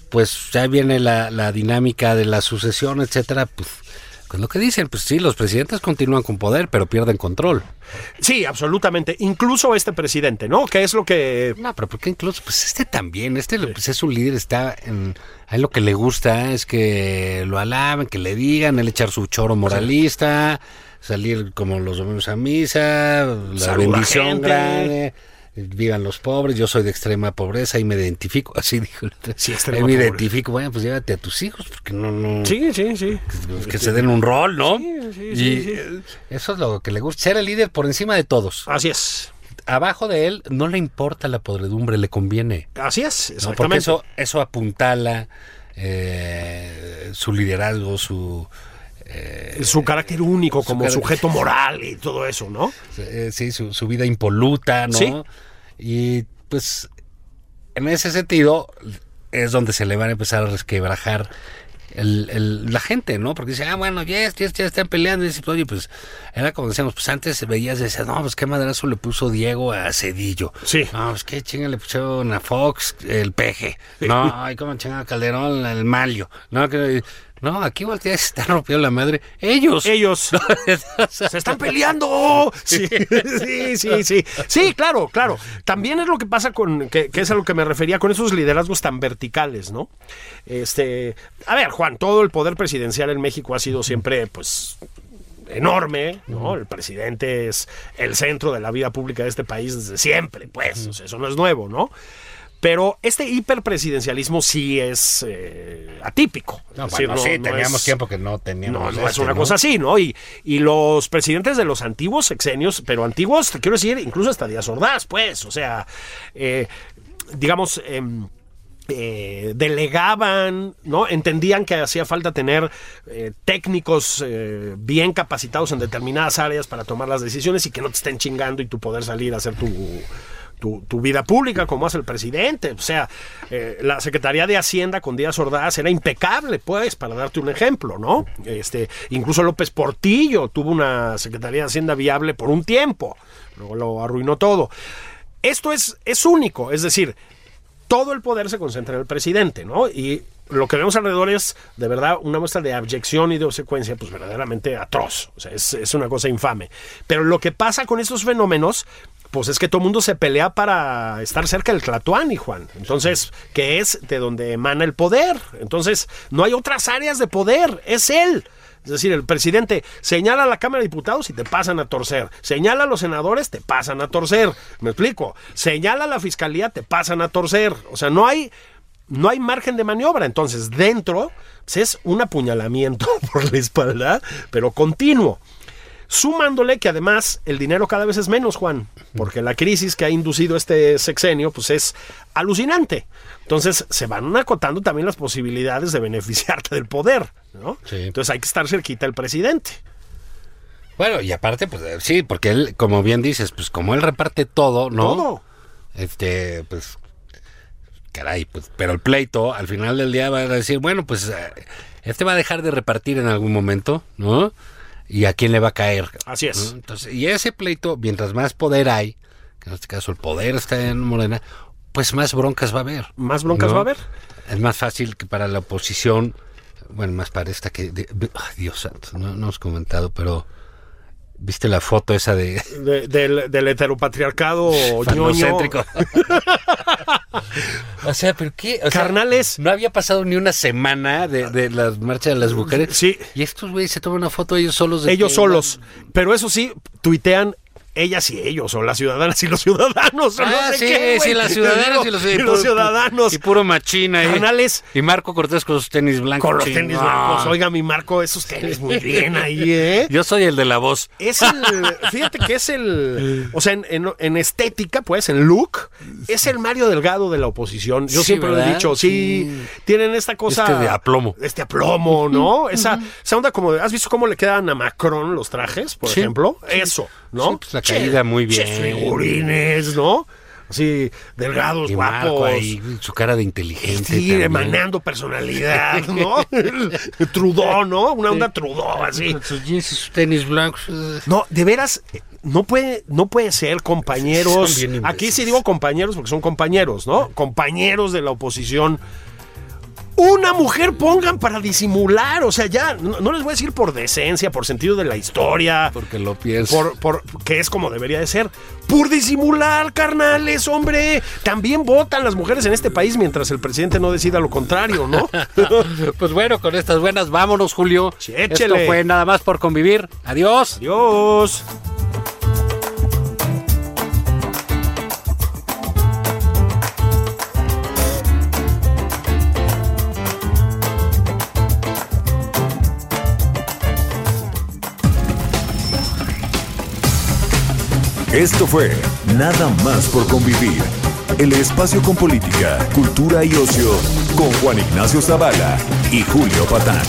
pues ya viene la, la dinámica de la sucesión, etcétera, pues, con lo que dicen, pues sí, los presidentes continúan con poder, pero pierden control. Sí, absolutamente. Incluso este presidente, ¿no? Que es lo que... No, pero porque incluso, pues este también, este lo- pues, es un líder, está en, a él lo que le gusta es que lo alaben, que le digan, él echar su choro moralista, salir como los domingos a misa, la Saluda bendición gente. grande, vivan los pobres, yo soy de extrema pobreza y me identifico, *laughs* así dijo el otro. Sí, extrema Ahí me pobreza. identifico, bueno, pues llévate a tus hijos, porque no, no, Sí, sí, sí. pues, que se den un rol, ¿no? sí, y sí, sí. eh, eso es lo que le gusta, ser el líder por encima de todos. Así es. Abajo de él no le importa la podredumbre, le conviene. Así es, ¿no? exactamente. Porque eso, eso apuntala eh, su liderazgo, su... Su carácter único como carácter- sujeto moral y todo eso, ¿no? eh, sí, su, su vida impoluta, ¿no? Sí. Y pues en ese sentido es donde se le van a empezar a resquebrajar el- el- la gente, ¿no? Porque dice, ah, bueno, ya yes, yes, ya están peleando. Y dice, oye, pues era como decíamos, pues antes veías y decías, no, pues qué madrazo le puso Diego a Cedillo. Sí. No, pues qué chinga le pusieron a Fox el peje. No, ay, cómo chinga a Calderón el malio. No, que, No, aquí voltea y se están rompiendo la madre. Ellos. Ellos *laughs* se están peleando. Sí, sí, sí, sí. Sí, claro, claro. También es lo que pasa con, que, que es a lo que me refería con esos liderazgos tan verticales, ¿no? Este, a ver, Juan, todo el poder presidencial en México ha sido siempre, pues, enorme, ¿no? El presidente es el centro de la vida pública de este país desde siempre, pues, o sea, eso no es nuevo, ¿no? Pero este hiperpresidencialismo sí es eh, atípico. Es No, decir, bueno, sí, no teníamos es- tiempo que no teníamos. no, no es este, una ¿no? cosa así, ¿no? Y, y los presidentes de los antiguos sexenios, pero antiguos, te quiero decir, incluso hasta Díaz Ordaz, pues, o sea, eh, digamos, em, eh, delegaban, ¿no? Entendían que hacía falta tener eh, técnicos eh, bien capacitados en determinadas áreas para tomar las decisiones y que no te estén chingando y tú poder salir a hacer tu... tu- tu vida pública, como hace el presidente. O sea, eh, la Secretaría de Hacienda con Díaz Ordaz era impecable, pues, para darte un ejemplo, ¿no? Este, incluso López Portillo tuvo una Secretaría de Hacienda viable por un tiempo. Luego lo arruinó todo. Esto es, es único, es decir, todo el poder se concentra en el presidente, ¿no? Y lo que vemos alrededor es, de verdad, una muestra de abyección y de obsecuencia, pues verdaderamente atroz. O sea, es, es una cosa infame. Pero lo que pasa con estos fenómenos, pues es que todo el mundo se pelea para estar cerca del Tlatuani, Juan. Entonces, que es de donde emana el poder. Entonces, no hay otras áreas de poder, es él. Es decir, el presidente señala a la Cámara de Diputados y te pasan a torcer. Señala a los senadores, te pasan a torcer. ¿Me explico? Señala a la fiscalía, te pasan a torcer. O sea, no hay, no hay margen de maniobra. Entonces, dentro pues, es un apuñalamiento *laughs* por la espalda, pero continuo. Sumándole que además el dinero cada vez es menos, Juan, porque la crisis que ha inducido este sexenio pues es alucinante. Entonces se van acotando también las posibilidades de beneficiarte del poder, ¿no? Sí. Entonces hay que estar cerquita del presidente. Bueno, y aparte, pues eh, sí, porque él, como bien dices, pues como él reparte todo, ¿no? Todo. Este, pues, caray, pues, pero el pleito al final del día va a decir, bueno, pues eh, este va a dejar de repartir en algún momento, ¿no? ¿Y a quién le va a caer? Así es. ¿no? Entonces, y ese pleito, mientras más poder hay, que en este caso el poder está en Morena, pues más broncas va a haber. Más broncas ¿no? va a haber. Es más fácil que para la oposición, bueno, más para esta que... de- de- ay, Dios santo, no, no hemos comentado, pero... ¿Viste la foto esa de... De- del, del heteropatriarcado Oh, *laughs* ñoño. Falocéntrico. o sea, pero qué... O sea, Carnales. no había pasado ni una semana de, de la marcha de las mujeres. Sí. Y estos güeyes se toman una foto ellos solos. de ellos que- solos. Pero eso sí, tuitean ellas y ellos, o las ciudadanas y los ciudadanos. o no Ah, sé sí, qué, güey. sí, las ciudadanas y los, Y puro- los ciudadanos. Y puro machina. ahí. Carnales. Y Marco Cortés con sus tenis blancos. Con los chingón. tenis blancos. Oiga, mi Marco, esos tenis muy bien ahí, ¿eh? Yo soy el de la voz. Es el. Fíjate que es el. O sea, en, en- en estética, pues, en look, es el Mario Delgado de la oposición. Yo Sí, siempre lo he ¿verdad? dicho, sí, Tienen esta cosa. Este de aplomo. Este aplomo, ¿no? Esa, esa onda como. de- ¿Has visto cómo le quedan a Macron los trajes, por Sí. ejemplo? Eso, ¿no? Sí, pues, la caída muy che, bien. figurines, ¿no? Así, delgados, Y guapos. Marco ahí, su cara de inteligente. Sí, también. emanando personalidad, *laughs* ¿no? Trudó, ¿no? Una onda Trudó, así. Con sus jeans y sus tenis blancos. eh. No, de veras, eh, no puede, no puede ser, Son compañeros. bien imbéciles. Aquí sí digo compañeros porque son compañeros, ¿no? Compañeros de la oposición. Una mujer pongan para disimular, o sea, ya, no, no les voy a decir por decencia, por sentido de la historia, Porque lo pienso. por, por que es como debería de ser. Por disimular, carnales, hombre. También votan las mujeres en este país mientras el presidente no decida lo contrario, ¿no? Pues bueno, con estas buenas, vámonos, Julio. Sí, échele. Esto fue nada más por convivir. Adiós. Dios. Esto fue Nada más por convivir. El espacio con política, cultura y ocio con Juan Ignacio Zavala y Julio Patán.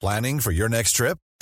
Planning for your next trip?